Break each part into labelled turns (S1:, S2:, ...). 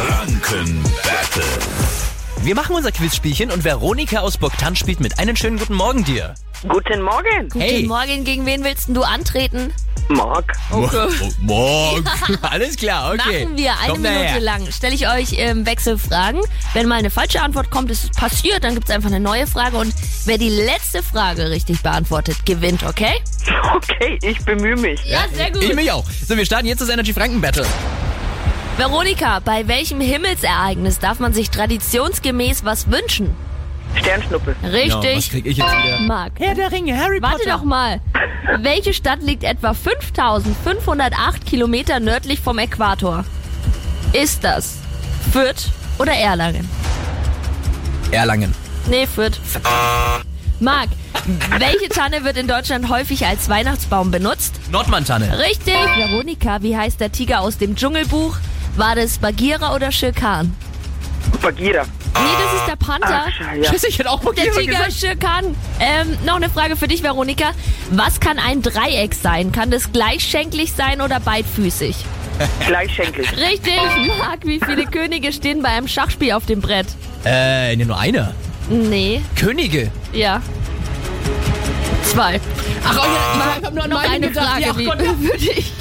S1: Urban Battle.
S2: Wir machen unser Quizspielchen und Veronika aus Bogtan spielt mit. Einen schönen guten Morgen dir.
S3: Guten Morgen,
S4: Guten
S2: Hey.
S4: Morgen, gegen wen willst denn du antreten?
S3: Marc.
S1: Oh, Morg.
S2: Alles klar, okay.
S4: Machen wir eine
S2: Kommt
S4: Minute
S2: nachher.
S4: lang. Stelle ich euch im Wechsel Fragen. Wenn mal eine falsche Antwort kommt, ist es passiert, dann gibt es einfach eine neue Frage und wer die letzte Frage richtig beantwortet, gewinnt, okay?
S3: Okay, ich bemühe mich.
S4: Ja, sehr gut.
S2: Ich mich auch. So, wir starten jetzt das Energy Franken Battle.
S4: Veronika, bei welchem Himmelsereignis darf man sich traditionsgemäß was wünschen?
S3: Sternschnuppe.
S2: Ja, Genau, was
S4: Richtig,
S2: krieg ich jetzt wieder?
S4: Marc.
S2: der Ringe, Harry
S4: Warte doch mal. Welche Stadt liegt etwa 5508 Kilometer nördlich vom Äquator? Ist das Fürth oder Erlangen?
S2: Erlangen.
S4: Nee, Fürth. Marc, welche Tanne wird in Deutschland häufig als Weihnachtsbaum benutzt?
S2: Nordmantanne.
S4: Richtig. Veronika, wie heißt der Tiger aus dem Dschungelbuch? War das Bagheera oder Schirkan?
S3: Bagheera.
S4: Nee, das ist der Panther.
S3: Ja.
S2: Scheiße, ich hätte auch
S4: Der
S2: Bagheera
S4: Tiger
S2: gesagt.
S4: Schirkan. Ähm, noch eine Frage für dich, Veronika. Was kann ein Dreieck sein? Kann das gleichschenklich sein oder beidfüßig?
S3: Gleichschenklich.
S4: Richtig. Marc, wie viele Könige stehen bei einem Schachspiel auf dem Brett?
S2: Äh, nee, nur eine.
S4: Nee,
S2: Könige.
S4: ja. Zwei.
S2: Ach, oh ich habe nur an
S4: Ah. Noch eine Frage wie- für dich.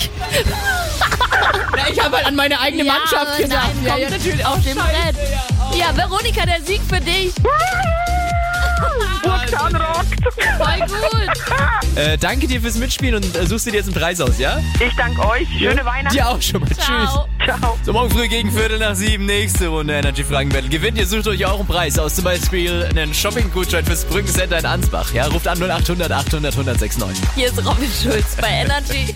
S2: ich habe halt an meine eigene Mannschaft
S4: nein,
S2: gedacht.
S4: kommt auf dem Brett. Ja, Veronika, der Sieg für dich.
S3: Bogdan rockt.
S4: Voll gut.
S2: Äh, danke dir fürs Mitspielen und äh, suchst dir jetzt einen Preis aus, ja?
S3: Ich danke euch. Schöne Weihnachten.
S2: Dir auch schon mal. Tschüss.
S4: Ciao.
S3: Ciao.
S2: So, morgen früh gegen Viertel nach sieben, nächste Runde Energy Fragen Battle. Gewinnt ihr, sucht euch auch einen Preis aus, zum Beispiel einen Shopping-Gutschein fürs Brückencenter in Ansbach. Ja, ruft an 0800 800 1069.
S4: Hier ist Robin Schulz bei Energy.